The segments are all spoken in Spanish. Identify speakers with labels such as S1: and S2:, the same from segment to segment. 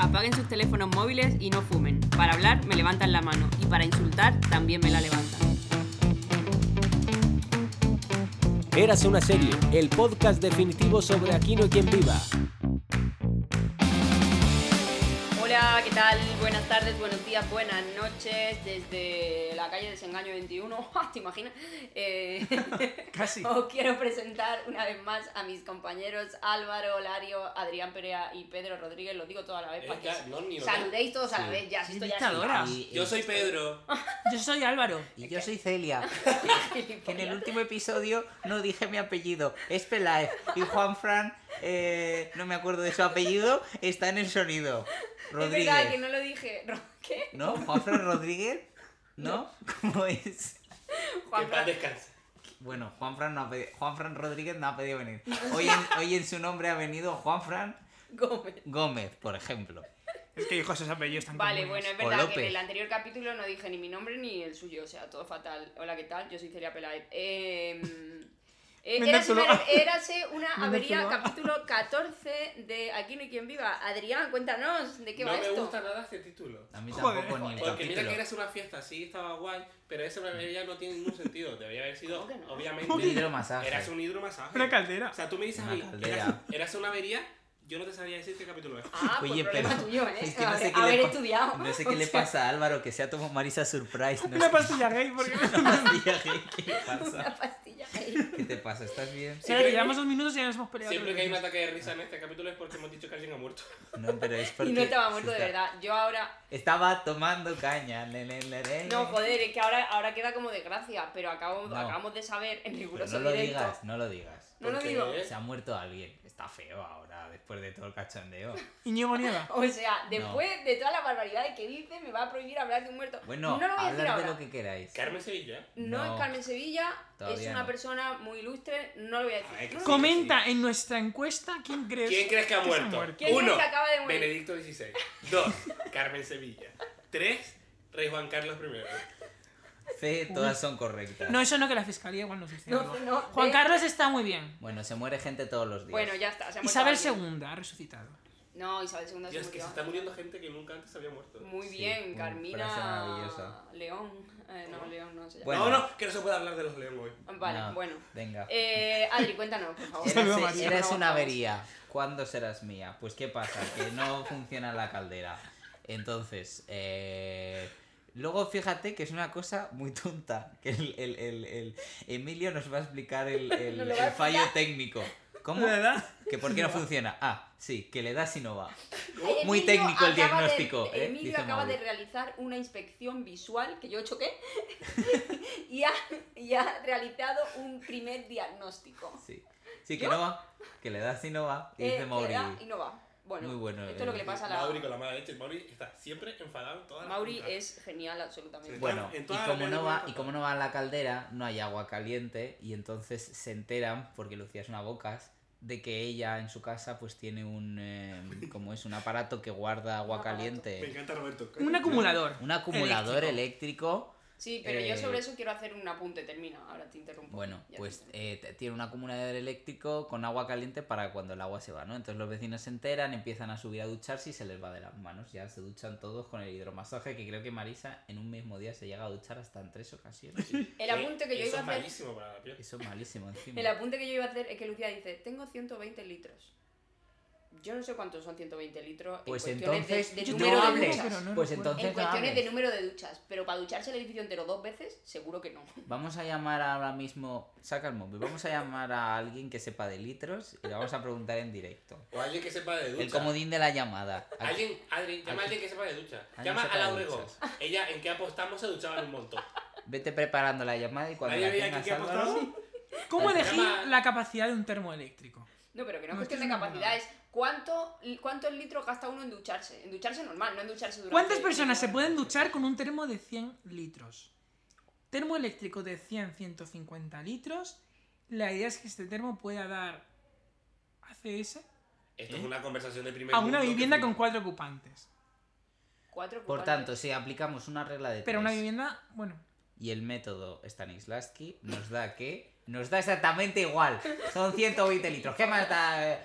S1: apaguen sus teléfonos móviles y no fumen. Para hablar me levantan la mano y para insultar también me la levantan.
S2: Érase una serie, el podcast definitivo sobre Aquino y quien viva.
S1: Hola, ¿qué tal? Buenas tardes, buenos días, buenas noches desde la calle Desengaño 21. ¡Ah, ¿Te imaginas? Eh,
S3: Casi.
S1: Os quiero presentar una vez más a mis compañeros Álvaro, Lario, Adrián Perea y Pedro Rodríguez. Lo digo toda la vez para que
S4: Venga, no, ni
S1: os
S4: otra.
S1: saludéis todos a la
S5: Sí.
S1: vez. Ya, si esto ya es
S3: dictadora.
S5: Y-
S4: Ah, Yo soy Pedro.
S3: Yo soy Álvaro.
S5: Y yo soy Celia, que en el
S1: gilipollas.
S5: último episodio no dije mi apellido, es Peláez. Y Juan Fran, eh, no me acuerdo de su apellido, está en el sonido.
S1: Es verdad que
S5: Rodríguez.
S1: no lo dije. Ro- ¿Qué?
S5: ¿No? Juan Fran Rodríguez. ¿No? ¿Cómo es?
S4: Que
S1: Juan
S4: en paz
S1: Fran-
S4: descanse.
S5: Bueno, Juan Fran, no ha pedi- Juan Fran Rodríguez no ha pedido venir. Hoy en, hoy en su nombre ha venido Juan Fran
S1: Gómez.
S5: Gómez, por ejemplo.
S3: Es que hijos esos apellidos tan
S1: Vale,
S3: comunes.
S1: bueno, es
S5: O
S1: verdad que en
S5: López.
S1: el anterior capítulo no dije ni mi nombre ni el suyo, o sea, todo fatal. Hola, ¿qué tal? Yo soy Celia Peláez. Eh, eh,
S3: Me
S1: érase,
S3: entulo.
S1: una, érase una
S3: Me
S1: avería,
S3: entulo.
S1: capítulo 14 de Aquí no hay quien viva. Adrián, cuéntanos, ¿de qué
S4: no
S1: va
S4: me
S1: esto?
S4: gusta nada este título.
S5: A mí
S3: Joder,
S5: tampoco ni el
S4: Porque mira que
S5: capítulo.
S4: eres una fiesta, sí estaba guay, pero esa ya no tiene ningún sentido. Debería haber sido,
S1: ¿Cómo que no?
S5: Un
S4: obviamente,
S5: hidromasaje.
S4: eras un hidromasaje.
S3: Una caldera.
S4: O sea, tú me dices a
S5: Una
S4: mí,
S5: caldera.
S4: eras, eras una avería, yo no te sabría decir qué capítulo es.
S1: Ah, pues
S5: Oye,
S1: problema
S5: pero
S1: tuyo, ¿eh?
S5: es que no sé
S1: haber,
S5: qué le
S1: haber
S5: pa-
S1: estudiado.
S5: No sé qué le
S1: O sea,
S5: pasa a Álvaro, que se ha tomado Marisa Surprise. No
S3: Una
S5: sé-
S3: pastilla gay, porque.
S5: Una pastilla gay, ¿Qué pasa?
S1: Una pastilla.
S5: ¿Qué te pasa? ¿Estás bien?
S3: Espera, que llevamos dos minutos y ya nos hemos peleado.
S4: Siempre
S3: tres
S4: que hay un
S3: veces.
S4: ataque de risa en este capítulo es porque hemos dicho que alguien ha muerto.
S5: No, pero es porque...
S1: Y no estaba muerto de
S5: está-
S1: verdad. Yo ahora
S5: Estaba tomando caña. le, le, le, le.
S1: No, joder, es que ahora, ahora queda como desgracia, pero acabo,
S5: Eh. No.
S1: acabamos de saber en
S5: Pero
S1: riguroso
S5: no lo
S1: directo.
S5: digas, no lo digas.
S1: No lo
S4: Porque-
S1: digo.
S5: Se ha muerto alguien. Está feo ahora, después de todo el cachondeo.
S3: Iñigo Nieva.
S1: O sea, después de todas las barbaridades que dice, me va a prohibir hablar de un muerto.
S5: Bueno,
S1: no lo voy a decir
S5: hablad de
S1: ahora.
S5: lo que queráis.
S4: Carmen Sevilla.
S1: No, es
S5: No.
S1: Carmen Sevilla, es
S5: Todavía
S1: una
S5: no.
S1: persona muy ilustre, no lo voy a decir.
S4: Ay, que
S1: No lo
S4: sí.
S1: voy a decir.
S3: Comenta en nuestra encuesta quién crees.
S4: ¿Quién crees que ha
S3: que se ha
S4: muerto?
S3: muerto?
S1: ¿Quién crees
S4: Uno,
S1: que acaba de morir?
S4: Benedicto XVI. Dos, Carmen Sevilla. Tres, Rey Juan Carlos I.
S5: Fe, todas son correctas.
S3: No, eso no, que la fiscalía igual nos dice.
S1: No,
S3: algo.
S1: no,
S3: Juan
S1: ve-
S3: Carlos está muy bien.
S5: Bueno, se muere gente todos los días.
S1: Bueno, ya está. Se ha muerto
S3: Isabel
S1: alguien.
S3: II ha resucitado.
S1: No, Isabel II se
S4: Dios, que
S1: murió.
S4: se está muriendo gente que nunca antes había muerto.
S1: Muy
S5: Sí,
S1: bien,
S5: una frase
S1: Carmina.
S5: maravillosa.
S1: León. Eh, no, León no se llama.
S5: Bueno.
S4: No, no, que no se puede hablar de los leones hoy.
S1: Vale,
S5: No,
S1: bueno.
S5: Venga.
S1: Eh, Adri, cuéntanos, por favor.
S3: Saluda a
S5: Eres,
S3: María.
S5: eres una
S1: Vamos.
S5: avería. ¿Cuándo serás mía? Pues qué pasa, que no funciona la caldera. Entonces, eh, luego fíjate que es una cosa muy tonta. Que el, el- el- el- Emilio nos va a explicar el, el-
S1: Nos lo va a
S5: el fallo técnico. ¿Cómo?
S3: ¿Verdad?
S5: ¿Que por qué no funciona? Ah, sí, que le das y no va.
S1: Emilio
S5: Muy técnico
S1: acaba
S5: el
S1: de-
S5: diagnóstico, ¿eh?
S1: Emilio
S5: Dice
S1: acaba
S5: Mauri.
S1: de realizar una inspección visual que yo choqué y, ha, y ha realizado un primer diagnóstico.
S5: Sí, sí que no va. Que le das y no va. Y
S1: Eh,
S5: dice
S1: que
S5: Mauri.
S1: da y no va. Bueno,
S5: Muy bueno, eh.
S1: esto es lo que le pasa a la...
S4: Mauri con la mala leche. Mauri está siempre enfadado en todas las
S1: Mauri
S4: juntas.
S1: es genial absolutamente.
S4: Sí.
S5: Bueno,
S4: En
S5: y
S4: todas las
S5: como,
S4: leyes
S5: no va,
S4: de-
S5: y como no va a la caldera, no hay agua caliente y entonces se enteran, porque Lucía es una bocas, de que ella en su casa pues tiene un, eh, como es, un aparato que guarda agua
S1: Un aparato.
S5: caliente.
S4: Me encanta Roberto.
S3: Un acumulador.
S5: Un acumulador eléctrico.
S1: Sí, pero yo
S5: Eh,
S1: sobre eso quiero hacer un apunte, termina, ahora te interrumpo.
S5: Bueno,
S1: Ya te
S5: pues
S1: interrumpo.
S5: eh, t- tiene un acumulador eléctrico con agua caliente para cuando el agua se va, ¿no? Entonces los vecinos se enteran, empiezan a subir a ducharse y se les va de las manos. Ya se duchan todos con el hidromasaje, que creo que Marisa en un mismo día se llega a duchar hasta en tres ocasiones.
S1: El apunte que yo iba a
S4: Eso es
S1: hacer...
S4: malísimo para la piel.
S5: Eso es malísimo encima.
S1: El apunte que yo iba a hacer es que Lucía dice, tengo 120 litros. Yo no sé cuántos son 120 litros
S5: Pues
S1: en cuestiones de-
S5: entonces
S1: de,
S3: yo
S1: número
S3: tengo
S1: de
S3: hambre.
S1: duchas.
S3: Pero no
S5: pues
S3: recuerdo.
S5: entonces
S1: En
S5: no
S1: cuestiones de
S5: hables.
S1: número de duchas, pero para ducharse el edificio entero dos veces, seguro que no.
S5: Vamos a llamar ahora mismo, saca el móvil, vamos a llamar a alguien que sepa de litros y le vamos a preguntar en directo.
S4: O alguien que sepa de ducha.
S5: El comodín de la llamada. Aquí-
S4: Alguien, Adri, llama a
S5: Aquí.
S4: alguien que sepa de ducha.
S5: Alguien
S4: Llama
S5: sepa
S4: a la
S5: de
S4: Obregón.
S5: duchas.
S4: Ella, en qué apostamos, se duchaban un montón.
S5: Vete preparando la llamada y cuando
S4: ¿Nadie
S5: la
S4: veía en
S5: tengas,
S4: qué
S5: Álvaro,
S4: apostamos?
S3: ¿Cómo
S4: Llama-
S3: elegir la capacidad de un termoeléctrico?
S1: No, pero que no es
S3: No,
S1: cuestión
S3: esto
S1: de
S3: es una
S1: capacidad, es cuánto, cuántos litros gasta uno en ducharse. En ducharse normal, no en ducharse durante...
S3: ¿Cuántas personas se pueden duchar con un termo de 100 litros? Termo eléctrico de 100-150 litros. La idea es que este termo pueda dar ACS
S4: Esto
S5: ¿Eh?
S4: es una conversación de primer
S3: a una
S4: mundo que
S3: vivienda
S4: flipa.
S3: con cuatro ocupantes.
S1: Cuatro
S5: Por
S1: cubanos.
S5: tanto, si aplicamos una regla de
S3: Pero una
S5: tres
S3: vivienda, bueno,
S5: y el método Stanislavski nos da que nos da exactamente igual. Son 120 litros. ¿Qué más da? eh?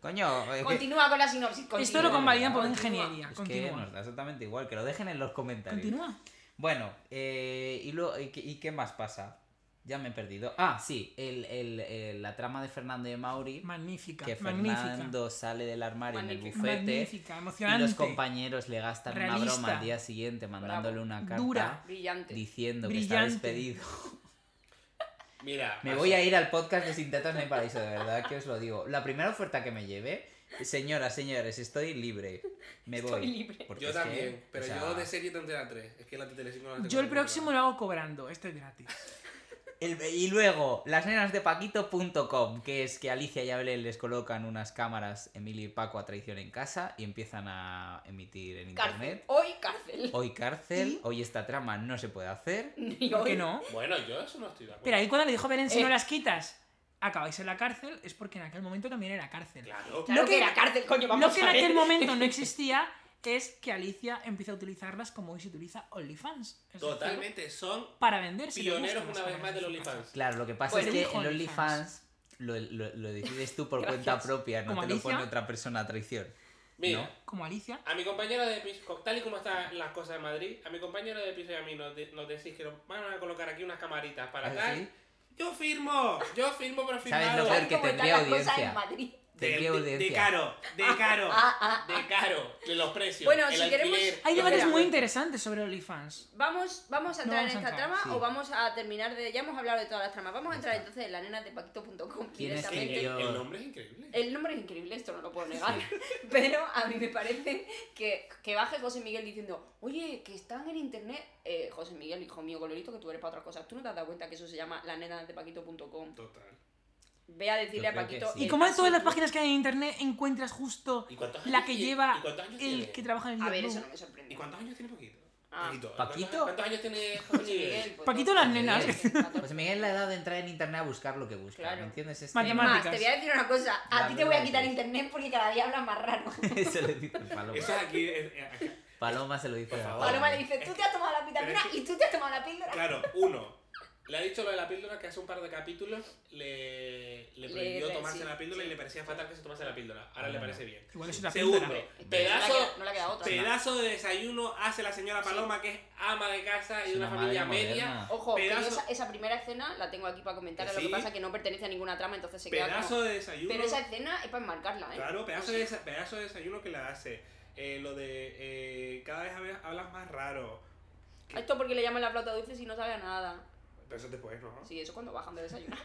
S5: Coño, es que-
S1: Continúa con la sinopsis.
S3: Esto
S1: continúa.
S3: lo convalidan por
S1: Continúa.
S3: ingeniería.
S5: es que
S3: Continúa.
S5: nos da exactamente igual, que lo dejen en los comentarios.
S3: Continúa.
S5: Bueno, eh, y, luego, y, qué- y qué más pasa? Ya me he perdido. Ah, sí, el, el- el- la trama de Fernando de Mauri,
S3: Magnífica.
S5: que
S3: magnífica.
S5: Fernando sale del armario en el
S1: Magnífica.
S5: bufete
S3: Magnífica.
S5: y
S3: Emocionante.
S5: los compañeros le gastan una
S3: Realista.
S5: broma al día siguiente mandándole una carta
S3: Dura.
S1: Brillante.
S5: diciendo que
S3: Brillante.
S5: está despedido.
S4: Mira,
S5: Me
S4: Maso,
S5: voy a ir al podcast de Sin Tetas No hay Paraíso, de verdad que os lo digo. La primera oferta que me lleve, señoras, señores, estoy libre. Me voy.
S1: Estoy libre.
S5: Porque
S4: Yo
S5: es que,
S4: también, pero
S5: o sea,
S4: yo de serie te entera 3. Es que la de Telecinco no la tengo
S3: Yo el
S4: controlada.
S3: próximo lo hago cobrando. Esto es gratis.
S5: El- y luego, las nenas de Paquito.com, que es que Alicia y Abel les colocan unas cámaras, Emilio y Paco a traición en casa y empiezan a emitir en
S1: Cárcel.
S5: internet.
S1: Hoy cárcel.
S5: Hoy cárcel,
S3: ¿Y?
S5: hoy esta trama no se puede hacer.
S1: Y
S3: ¿Por
S1: hoy.
S3: qué no?
S4: Bueno, yo eso no estoy de acuerdo.
S3: Pero ahí cuando le dijo Belén, si
S1: Eh.
S3: no las quitas, acabáis en la cárcel, es porque en aquel momento también era cárcel.
S4: Claro.
S1: Claro
S3: Lo
S1: que,
S3: que-
S1: era cárcel, coño, vamos
S3: Lo que
S1: a
S3: en
S1: ver.
S3: aquel momento no existía es que Alicia empieza a utilizarlas como hoy se utiliza OnlyFans. Es decir,
S4: Totalmente son
S3: para venderse. le
S4: pioneros
S3: gustan las
S4: una vez más
S3: cámaras
S4: del
S3: en su casa.
S4: OnlyFans.
S5: Claro, lo que pasa
S3: Pues
S5: es que
S3: elijo
S5: en
S3: OnlyFans.
S5: OnlyFans lo, lo, lo decides tú por cuenta
S1: Gracias.
S5: propia, no
S3: Como
S5: te lo pone
S3: Alicia.
S5: otra persona a traición.
S4: Mira,
S5: No.
S3: Como Alicia.
S4: a mi compañero de piso, tal y como están las cosas en Madrid, a mi compañero de piso y a mí nos, de- nos decís que nos van a colocar aquí unas camaritas para
S5: ¿Ah,
S4: tal.
S5: sí?
S4: Yo firmo, yo firmo, pero
S5: ¿Sabes
S4: firmado.
S5: lo peor que
S1: Como están
S5: tendría
S1: las cosas
S5: audiencia?
S1: en Madrid.
S4: De,
S5: Tendría
S4: de- de
S5: audiencia.
S4: caro, de caro,
S1: Ah, ah, ah.
S4: de caro, de los precios.
S1: Bueno,
S4: el
S1: si queremos-
S4: alquiler,
S3: Hay
S4: los
S3: debates muy
S4: descuentos.
S3: interesantes sobre OnlyFans.
S1: Vamos, vamos a entrar
S3: vamos
S1: en
S3: a
S1: esta
S3: entrar,
S1: trama
S5: sí.
S1: o vamos a terminar de. Ya hemos hablado de todas las tramas. Vamos a entrar entonces en la nena de paquito.com
S5: ¿Quién es
S4: Es
S1: directamente.
S4: que
S5: Yo-
S4: el, el nombre es increíble.
S1: El nombre es increíble, esto no lo puedo negar. Pero a mí me parece que, que baje José Miguel diciendo, oye, que están en internet. Eh, José Miguel, hijo mío, colorito, que tú eres para otras cosas. ¿Tú no te has dado cuenta que eso se llama la nena de paquito.com?
S4: Total.
S1: Ve a decirle
S5: Yo
S1: a
S5: creo
S1: Paquito.
S5: que sí.
S3: Y
S1: eh,
S3: como en todas las
S1: sí,
S3: páginas que hay en internet encuentras justo
S4: ¿Y cuántos
S3: la
S4: años
S3: que
S4: tiene?
S3: lleva
S4: ¿Y cuántos años
S3: el
S4: tiene?
S3: que trabaja en
S1: A ver,
S3: el
S1: eso
S3: blog.
S1: no me sorprende.
S4: ¿Y cuántos años tiene Paquito?
S1: Ah.
S5: ¿Paquito?
S4: ¿Cuántos, cuántos años tiene José
S1: José Miguel,
S4: Miguel?
S1: pues,
S3: Paquito
S1: todo.
S3: las nenas.
S1: José
S5: Pues Miguel la edad de entrar en internet a buscar lo que busca,
S1: Claro.
S5: ¿me entiendes? Es que-
S1: Es
S3: Matemáticas.
S1: más, te voy a decir una cosa, a
S5: La
S1: ti te voy a
S5: verdad
S1: quitar
S5: es-
S1: internet porque cada día hablas más raro.
S5: Eso le dice Paloma.
S4: Eso es aquí. es- es acá.
S5: Paloma se lo dice
S4: Por
S5: a
S4: favor.
S1: Paloma le dice, tú te has tomado la vitamina
S4: Pero es
S1: y tú te has tomado la píldora.
S4: Claro, uno. Le ha dicho lo de la píldora que hace un par de capítulos le,
S1: Le-
S4: le prohibió
S1: le-
S4: tomarse
S1: sí,
S4: la píldora
S1: sí.
S4: y le parecía fatal que se tomase la píldora. Ahora le
S5: Bueno.
S4: parece bien.
S3: Igual es una
S4: Segundo,
S3: píldora.
S1: No le queda-
S4: pedazo,
S1: no le queda otra.
S4: pedazo de desayuno hace la señora Paloma, que es ama de casa
S5: Es
S4: y de una
S5: una
S4: familia
S5: madre
S4: media.
S5: moderna.
S1: Ojo, que yo
S4: Pedazo-
S1: esa, esa primera escena la tengo aquí para comentar, lo que
S4: Sí.
S1: pasa es que no pertenece a ninguna trama, entonces se queda
S4: Pedazo
S1: como...
S4: de desayuno.
S1: Pero esa escena es para enmarcarla, ¿eh?
S4: Claro, pedazo de, desa- pedazo de desayuno que la hace. Eh, lo de eh, cada vez hab- hablas más raro.
S1: A Esto porque le llaman la flauta dulce si no sabe a nada.
S4: Pero eso es después, ¿no?
S1: Sí, eso cuando bajan de desayunar.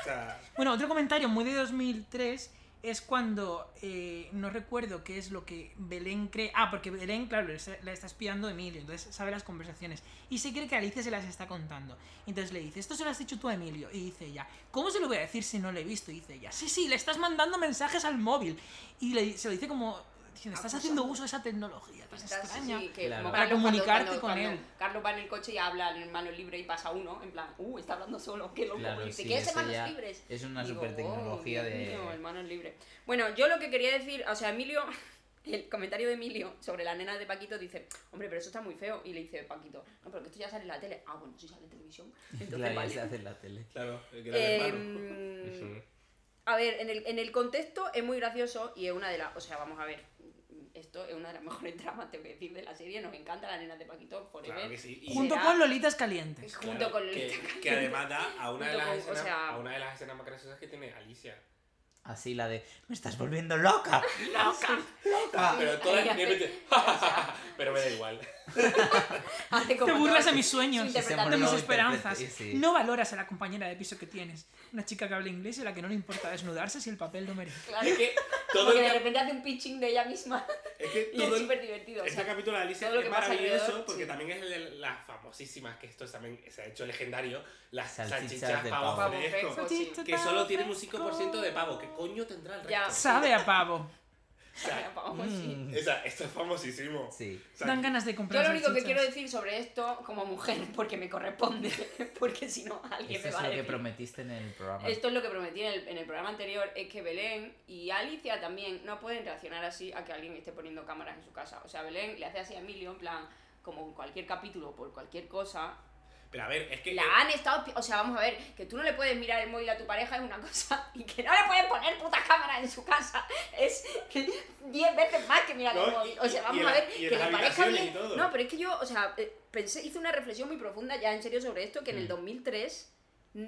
S4: O sea,
S3: Bueno, otro comentario muy de 2003 es cuando eh, no recuerdo qué es lo que Belén cree. Ah, porque Belén, claro, le está- la está espiando Emilio, entonces sabe las conversaciones. Y se cree que Alicia se las está contando. Entonces le dice, esto se lo has dicho tú a Emilio. Y dice ella, ¿cómo se lo voy a decir si no lo he visto? Y dice ella, sí, sí, le estás mandando mensajes al móvil. Y le- se lo dice como diciendo, estás haciendo uso de esa tecnología tan
S1: Estás
S3: extraña.
S1: así, que
S5: Claro.
S1: como
S5: Para
S1: Carlos
S3: comunicarte con él.
S1: Carlos va en el coche y habla en mano libre y pasa uno, en plan, uh, está hablando solo, qué loco.
S5: Claro,
S1: y dice,
S5: sí,
S1: ¿qué es
S5: eso
S1: en manos
S5: ya
S1: libres?
S5: es una
S1: Digo,
S5: supertecnología
S1: "Oh, Dios
S5: de-
S1: mío, en manos libres. Bueno, yo lo que quería decir, o sea, Emilio, el comentario de Emilio sobre la nena de Paquito dice, hombre, pero eso está muy feo. Y le dice Paquito, no, pero que esto ya sale en la tele. Ah, bueno, sí sale en televisión. Entonces,
S5: Claro, ya
S1: vale.
S5: se hace en la tele.
S4: claro, el gran
S1: Em,
S4: hermano.
S1: Eh, a ver, en el, en el contexto es muy gracioso y es una de las. O sea, vamos a ver. Esto es una de las mejores tramas, tengo que decir, de la serie. Nos encanta la nena de Paquito Forever.
S4: Claro que sí. Y-
S1: Jun-
S3: Junto
S1: será-
S3: con Lolitas Calientes.
S1: Junto
S4: Claro,
S1: con
S4: que,
S1: Lolita
S4: que además da a una, de
S1: Junto
S4: las
S1: con- o
S4: escenas,
S1: sea-
S4: a una de las escenas más graciosas que tiene Alicia.
S5: Así la de, me estás volviendo loca.
S1: ¡Loca!
S5: Ah,
S4: Ah, pero todas
S1: ahí hace-
S4: de repente, pero me da igual.
S1: Hace como
S3: Te burlas
S1: todo-
S3: de mis sueños,
S1: su
S5: Ese
S1: interpretación.
S3: de mis
S5: monólogo
S3: esperanzas.
S5: interpreta- sí, sí.
S3: No valoras a la compañera de piso que tienes. Una chica que habla inglés y a la que no le importa desnudarse si el papel lo merece.
S1: Claro,
S4: Es que todo
S1: porque
S4: el,
S1: de
S4: cap-
S1: repente hace un pitching de ella misma
S4: es que
S1: y es
S4: todo el-
S1: súper divertido. o
S4: este
S1: sea,
S4: capítulo de Alicia
S1: todo lo
S4: es
S1: que pasa
S4: maravilloso
S1: alrededor,
S4: porque
S1: sí.
S4: también es el de las famosísimas, que esto también se ha hecho legendario, las
S5: Salchichas
S4: salchichas,
S5: de
S4: pavo,
S5: pavo.
S4: fresco,
S1: Pavo fresco,
S4: que solo tienen un 5% de pavo. ¿Qué coño tendrá el resto?
S1: Ya.
S3: Sabe a pavo.
S4: O sea,
S1: vamos, sí.
S5: Mm.
S4: esa- esto es famosísimo.
S5: Sí.
S4: O sea,
S3: Dan ganas de
S1: Yo
S3: comprar
S1: lo único que
S3: salchichas.
S1: quiero decir sobre esto, como mujer, porque me corresponde, porque si no alguien
S5: Eso
S1: me
S5: es
S1: va a
S5: lo que
S1: decir.
S5: prometiste en el programa.
S1: Esto es lo que prometí en el, en el programa anterior, es que Belén y Alicia también no pueden reaccionar así a que alguien esté poniendo cámaras en su casa. O sea, Belén le hace así a Emilio, en plan, como en cualquier capítulo, por cualquier cosa.
S4: Pero a ver, es que...
S1: La han estado... pi- O sea, vamos a ver, que tú no le puedes mirar el móvil a tu pareja es una cosa y que no le puedes poner putas cámaras cámara en su casa es 10 veces más que mirar
S4: No,
S1: el móvil. O
S4: y-
S1: sea,
S4: y
S1: vamos
S4: en
S1: a
S4: la-
S1: ver
S4: y en
S1: que
S4: las
S1: le parezca
S4: habitaciones
S1: bien.
S4: y todo.
S1: No, pero es que yo, o sea, eh, pensé, hice una reflexión muy profunda ya en serio sobre esto, que en el
S5: Mm.
S1: 2003 mm,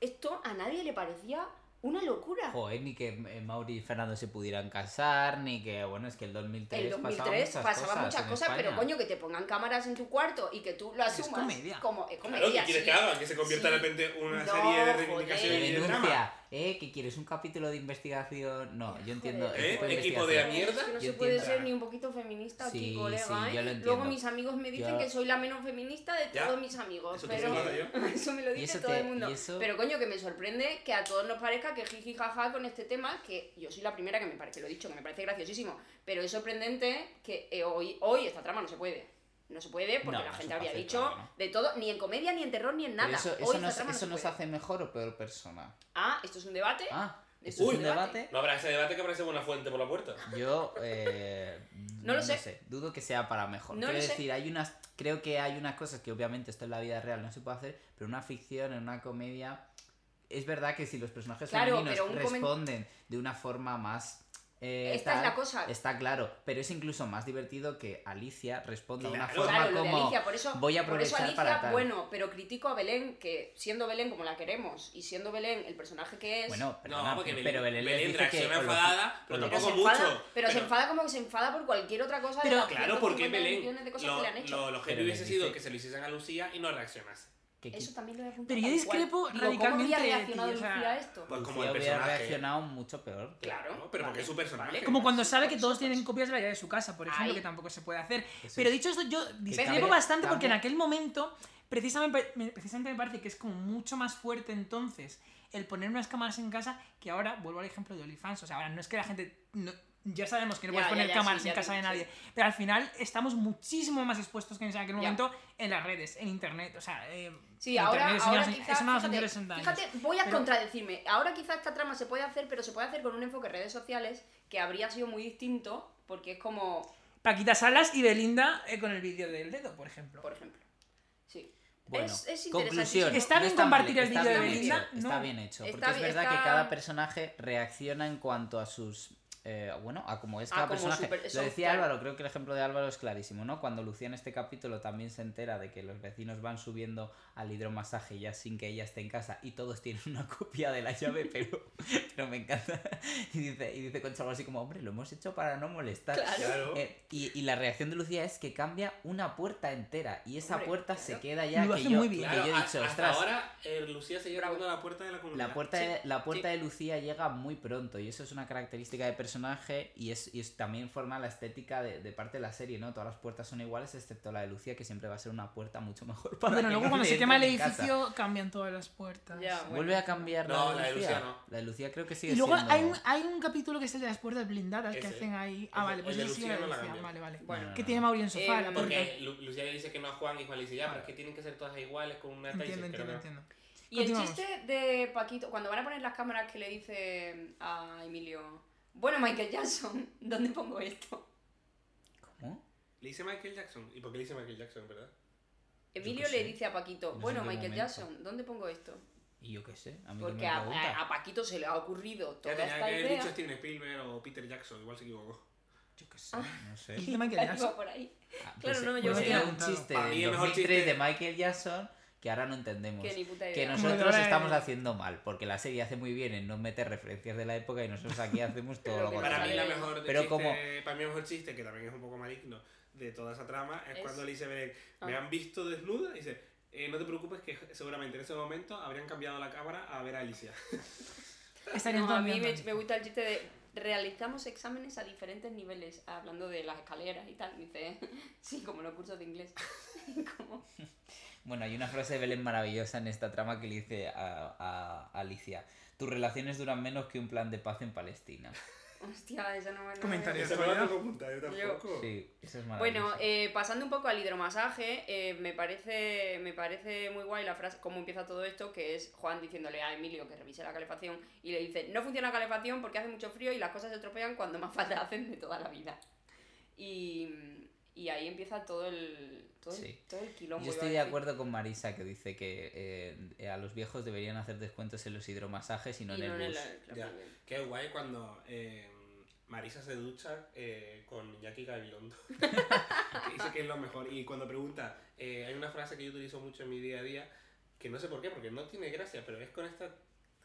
S1: esto a nadie le parecía una locura.
S5: Joder, ni que eh, Mauri y Fernando se pudieran casar, ni que, bueno, es que el 2003,
S1: El 2003
S5: pasaban muchas
S1: pasaba
S5: cosas,
S1: muchas
S5: en
S1: cosas, pero
S5: España.
S1: coño, que te pongan cámaras en tu cuarto y que tú lo
S3: Es
S1: asumas
S3: comedia.
S1: como es
S4: Claro, ¿qué
S1: comedia,
S4: quieres
S1: sí.
S4: que haga? Que se convierta de
S1: Sí.
S4: repente en una
S1: No,
S4: serie de
S1: joder.
S4: reivindicaciones
S5: Que
S4: y de drama.
S5: denuncia, ¿eh? Que quieres un capítulo de investigación. No, yo entiendo.
S1: Joder,
S4: ¿Eh?
S5: equipo de
S4: Equipo
S5: investigación.
S4: de la
S1: Joder,
S4: mierda.
S1: es que no
S5: Yo
S1: se puede
S5: entiendo.
S1: ser ni un poquito feminista
S5: Sí,
S1: aquí,
S5: sí,
S1: colega, ¿eh?
S5: yo lo entiendo.
S1: Luego mis amigos me dicen
S5: Yo-
S1: que soy la menos feminista de
S4: Ya.
S1: todos mis amigos,
S4: Eso te
S1: pero
S4: lo digo
S1: eso me lo
S5: Y
S1: dice
S5: eso
S1: todo
S5: te-
S1: el mundo.
S5: y eso-
S1: Pero coño, que me sorprende que a todos nos parezca que jiji jaja con este tema, que yo soy la primera que me parece, lo he dicho, que me parece graciosísimo, pero es sorprendente que eh, hoy, hoy esta trama no se puede. No se puede porque
S5: No,
S1: la
S5: no
S1: gente
S5: se
S1: había
S5: puede,
S1: dicho
S5: claro, ¿no?
S1: de todo, ni en comedia, ni en terror, ni en
S5: Pero
S1: nada.
S5: Eso,
S1: hoy
S5: eso
S1: esta
S5: nos,
S1: trama no
S5: eso
S1: se
S5: nos
S1: puede.
S5: hace mejor o peor persona.
S1: Ah, esto es un debate.
S5: Ah,
S1: Eso
S5: esto
S1: es
S5: es
S1: un
S5: un
S1: debate.
S5: debate.
S4: No habrá ese debate que aparece una fuente por la puerta.
S5: Yo eh,
S1: No lo sé.
S5: Dudo que sea para mejor.
S1: No lo
S5: Quiero
S1: sé.
S5: decir, hay unas. Creo que hay unas cosas que obviamente esto en la vida real no se puede hacer, pero una ficción, en una comedia. Es verdad que si los personajes
S1: Claro,
S5: femeninos
S1: pero un comen-
S5: responden de una forma más. eh,
S1: Esta es la cosa.
S5: Está claro. Pero es incluso más divertido que Alicia responda de una
S4: Claro.
S5: forma
S1: Claro, lo de
S5: como.
S1: Alicia, por eso,
S5: voy a
S1: por eso
S5: aprovechar
S1: Alicia,
S5: para tal.
S1: bueno, pero critico a Belén, que siendo Belén como la queremos y siendo Belén el personaje que es,
S5: Bueno, perdona,
S4: no, porque Belén,
S5: pero Belén, les
S4: Belén
S5: dice que
S4: reacciona
S5: con los-
S4: enfadada, pero
S5: con los-
S1: pero, se
S4: tampoco
S1: enfada,
S4: mucho.
S1: pero, se enfada como que se enfada por cualquier otra cosa
S5: Pero-
S1: de las
S4: Claro, porque
S1: 150
S4: Belén.
S1: millones de cosas
S4: Lo,
S1: que le han hecho.
S4: lo- lo
S5: Pero
S4: genio hubiese
S5: le
S4: sido
S5: dice-
S4: que se lo hiciesen a Lucía y no reaccionase.
S5: que- que-
S1: Eso también lo he apuntado
S3: Pero yo
S1: tal cual.
S3: discrepo
S1: Digo, ¿Cómo
S3: radicalmente de
S1: había
S3: ti,
S1: reaccionado
S3: o sea,
S1: Lucía a esto?
S4: Pues como
S5: Lucía
S4: el
S5: hubiera
S4: personaje.
S5: reaccionado mucho peor.
S1: Claro,
S4: ¿no? pero porque
S1: vale,
S4: es su personaje.
S1: vale.
S3: Como cuando sabe que
S1: Por
S3: todos
S1: supuesto.
S3: tienen copias de la llave de su casa, por ejemplo,
S1: Ay.
S3: que tampoco se puede hacer.
S5: Eso
S3: Pero
S5: es.
S3: dicho esto, yo discrepo
S1: cambia-
S3: bastante porque en
S5: cambia.
S3: aquel momento, precisamente, me- precisamente me parece que es como mucho más fuerte entonces el poner unas cámaras en casa que ahora, vuelvo al ejemplo de OnlyFans, o sea, ahora no es que la gente... no- ya sabemos que no
S1: Ya,
S3: puedes
S1: ya,
S3: poner
S1: ya,
S3: cámaras
S1: sí,
S3: en
S1: ya
S3: casa
S1: te-
S3: de
S1: sí.
S3: nadie, pero al final estamos muchísimo más expuestos que en aquel
S1: Ya.
S3: momento en las redes, en internet, o sea... eh,
S1: Sí,
S3: internet
S1: ahora,
S3: es una-
S1: ahora
S3: es
S1: quizás.
S3: una de las
S1: Fíjate,
S3: mayores ventajas.
S1: fíjate, voy a
S3: Pero-
S1: contradecirme. Ahora quizás esta trama se puede hacer, pero se puede hacer con un enfoque en redes sociales que habría sido muy distinto, porque es como,
S3: Paquita Salas y Belinda eh, con el vídeo del dedo, por ejemplo.
S1: por ejemplo. Sí.
S5: Bueno,
S1: Es- es
S5: conclusión.
S1: interesantísimo.
S3: ¿Está bien
S5: mal,
S3: compartir el
S5: está
S1: vídeo de
S5: bien
S1: Belinda?
S5: hecho, Está
S3: No.
S5: bien hecho. Porque
S1: Está
S5: es
S1: bien,
S5: verdad que
S1: está-
S5: cada personaje reacciona en cuanto a sus. eh, bueno, a cómo es
S1: Ah,
S5: cada
S1: como
S5: personaje.
S1: super-
S5: Lo
S1: son-
S5: decía
S1: claro.
S5: Álvaro, creo que el ejemplo de Álvaro es clarísimo, ¿no? Cuando Lucía en este capítulo también se entera de que los vecinos van subiendo al hidromasaje ya sin que ella esté en casa y todos tienen una copia de la llave, pero, pero me encanta. Y dice, y dice Concha algo así como, hombre, lo hemos hecho para no molestar.
S4: Claro.
S5: Eh, y, y la reacción de Lucía es que cambia una puerta entera y esa
S1: Hombre,
S5: puerta
S1: claro.
S5: se queda ya
S3: Lo
S5: que
S3: hace
S5: yo,
S3: muy bien.
S5: que yo he
S4: a-
S5: dicho,
S4: hasta
S5: ostras,
S4: ahora eh, Lucía se lleva
S1: Bravo.
S4: a la puerta de la comunidad.
S5: la puerta, de, la puerta
S1: sí.
S5: de Lucía llega muy pronto y eso es una característica de personaje y, es, y es- también forma la estética de, de parte de la serie, ¿no? Todas las puertas son iguales excepto la de Lucía que siempre va a ser una puerta mucho mejor para
S3: Bueno,
S5: que
S3: luego
S5: no
S3: cuando
S5: le
S3: se quema el
S5: entren en casa.
S3: edificio cambian todas las puertas.
S1: Ya, bueno.
S5: Vuelve a cambiar
S4: No,
S5: la, de Lucía.
S4: no.
S5: La de Lucía creo que sigue
S3: Y luego
S5: siendo-
S3: hay un, hay un capítulo que es el de las puertas blindadas que
S4: Ese.
S3: hacen ahí.
S4: El
S3: Ah,
S4: de-
S3: vale, pues
S4: el de
S3: ese sí era
S4: Lucía no la
S3: Lucía,
S4: cambian.
S3: Vale, vale.
S1: Bueno,
S5: No, no,
S3: Que
S5: no.
S3: tiene Mauri en sofá.
S1: Eh,
S3: la puerta.
S4: Porque Lu- Lucía le dice que no a Juan y Juan le dice ya, pero es que tienen que ser todas iguales con una taisa",
S3: Entiendo, entiendo,
S4: pero no.
S3: entiendo.
S1: Y el
S3: Continuamos.
S1: chiste de Paquito, cuando van a poner las cámaras que le dice a Emilio, bueno, Michael Jackson, ¿dónde pongo esto?
S5: ¿Cómo?
S4: Le dice Michael Jackson. ¿Y por qué le dice Michael Jackson, verdad?
S1: Emilio
S5: qué
S1: le
S5: sé.
S1: dice a Paquito,
S5: No sé
S1: bueno,
S5: en qué
S1: Michael
S5: momento.
S1: Jackson, ¿dónde pongo esto?
S5: Y yo qué sé, a mí que
S1: Porque
S5: me
S1: a,
S5: pregunta.
S1: a- a Paquito se le ha ocurrido toda
S4: Ya tenía que
S1: esta
S4: haber
S1: idea.
S4: dicho Steven Spielberg o Peter Jackson, igual se equivocó.
S5: Yo qué sé, no sé.
S3: Y dice Michael
S1: Iba
S3: Jackson.
S1: por ahí.
S5: Ah,
S1: Claro, no, yo
S5: pues
S1: me
S5: era
S1: había
S5: un
S3: preguntado.
S5: chiste
S4: Para mí
S5: del
S4: el mejor
S5: 2003
S4: chiste-
S5: de Michael Jackson que ahora no entendemos.
S1: Que ni puta idea.
S5: Que
S3: nos- Como
S5: nosotros
S3: de-
S5: estamos haciendo mal, porque la serie hace muy bien en no meter referencias de la época y nosotros aquí hacemos todo
S1: Lo
S5: lo
S1: que
S5: contrario.
S4: Para mí, la
S1: Vale.
S4: mejor
S5: Pero
S4: chiste,
S5: como-
S4: para mí el mejor chiste, que también es un poco maligno, de toda esa trama, es,
S1: Es-
S4: cuando le dice Belén, me
S1: Ah.
S4: han visto desnuda, y dice, "Eh, no te preocupes que seguramente en ese momento habrían cambiado la cámara a ver a Alicia.
S3: Estaría
S1: No,
S3: todo
S1: a mí me,
S3: ambientado.
S1: me gusta el chiste de realizamos exámenes a diferentes niveles, hablando de las escaleras y tal. Dice, sí, como los cursos de inglés. como,
S5: Bueno, hay una frase de Belén maravillosa en esta trama que le dice a, a- a Alicia: Tus relaciones duran menos que un plan de paz en Palestina.
S1: hostia, esa no me no me-
S3: Comentario.
S4: Esa no la tengo apuntada, yo
S1: Yo-
S4: tampoco.
S5: Sí, eso es maravilloso.
S1: Bueno, eh, pasando un poco al hidromasaje, eh, me, parece, me parece muy guay la frase, cómo empieza todo esto, que es Juan diciéndole a Emilio que revise la calefacción y le dice, no funciona la calefacción porque hace mucho frío y las cosas se estropean cuando más falta hacen de toda la vida. Y, Y ahí empieza todo el, todo el,
S5: Sí.
S1: todo el quilombo.
S5: Yo
S1: iba
S5: estoy
S1: a
S5: de
S1: decir.
S5: acuerdo con Marisa que dice que eh, eh, a los viejos deberían hacer descuentos en los hidromasajes y no
S1: Y
S5: en
S1: no en
S5: el
S1: el-
S5: bus.
S1: claro,
S4: Ya. Qué guay cuando eh, Marisa se ducha eh, con Iñaki Gabilondo. Que dice que es lo mejor. Y cuando pregunta, eh, hay una frase que yo utilizo mucho en mi día a día, que no sé por qué, porque no tiene gracia, pero es con esta...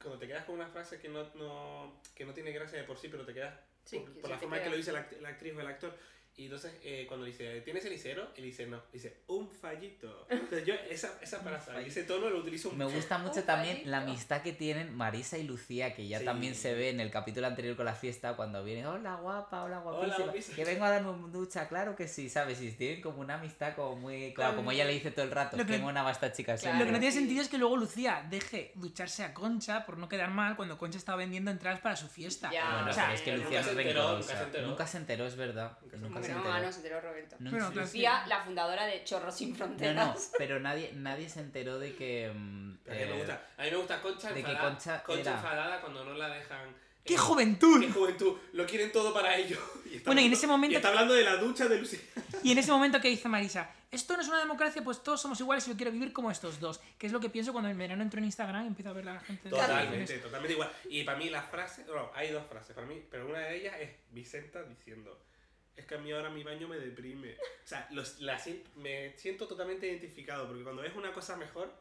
S4: Cuando te quedas con una frase que no, no- que no tiene gracia de por sí, pero te quedas
S1: Sí,
S5: Por-
S1: que
S4: por
S1: se
S4: la
S1: te
S4: forma en que
S1: queda.
S4: lo dice la, act- la actriz o el actor. Y entonces, eh, cuando le dice, ¿tienes el isero? Él dice, no. Dice, un fallito. Entonces, yo esa, esa frase,
S5: fallito.
S4: ese tono lo utilizo
S5: Me
S4: mucho.
S5: gusta mucho
S1: Un
S5: también la
S1: palito.
S5: amistad que tienen Marisa y Lucía, que ya
S4: Sí.
S5: también se ve en el capítulo anterior con la fiesta, cuando vienen, hola guapa, hola guapísima,
S4: guapísima".
S5: que vengo a darme un ducha, claro que sí, ¿sabes? Y tienen como una amistad como muy... Claro,
S3: Con-
S5: como ella le dice todo el rato,
S3: Lo que-
S5: que mona va esta chica
S1: Claro.
S5: siempre".
S3: Lo que no tiene
S1: Sí.
S3: sentido es que luego Lucía deje ducharse a Concha por no quedar mal cuando Concha estaba vendiendo entradas para su fiesta.
S1: Ya.
S5: Bueno,
S1: O
S5: pero
S1: sea,
S5: es que
S1: nunca
S5: Lucía
S4: se
S5: no es
S4: enteró,
S5: rencorosa.
S4: nunca se enteró.
S5: Nunca se enteró, es verdad.
S4: Nunca
S5: Nunca
S4: se
S1: Hombre,
S5: se
S1: no, ah,
S5: enteró.
S1: no se enteró Roberto.
S5: No
S3: Bueno,
S5: se-
S3: claro.
S1: Lucía, la fundadora de Chorros sin
S5: No,
S1: Fronteras.
S5: no, pero nadie, nadie se enteró de que... mm,
S4: Pero a mí me
S5: eh,
S4: gusta. A mí me gusta Concha
S5: de que
S4: enfadada.
S5: Concha
S4: Concha,
S5: era-
S4: enfadada cuando no la dejan.
S3: ¡Qué
S4: eh,
S3: juventud!
S4: ¡Qué juventud! Lo quieren todo para ellos.
S3: Bueno, y en ese momento-
S4: está hablando de la ducha de Lucía.
S3: Y en ese momento que dice Marisa, esto no es una democracia, pues todos somos iguales y yo quiero vivir como estos dos. Que es lo que pienso cuando en verano entro en Instagram y empiezo a ver a la gente.
S4: Totalmente, totalmente igual. Y para mí la frase, no, hay dos frases para mí, pero una de ellas es Vicenta diciendo, es que a mí ahora mi baño me deprime. O sea, los, la sien- me siento totalmente identificado, porque cuando ves una cosa mejor,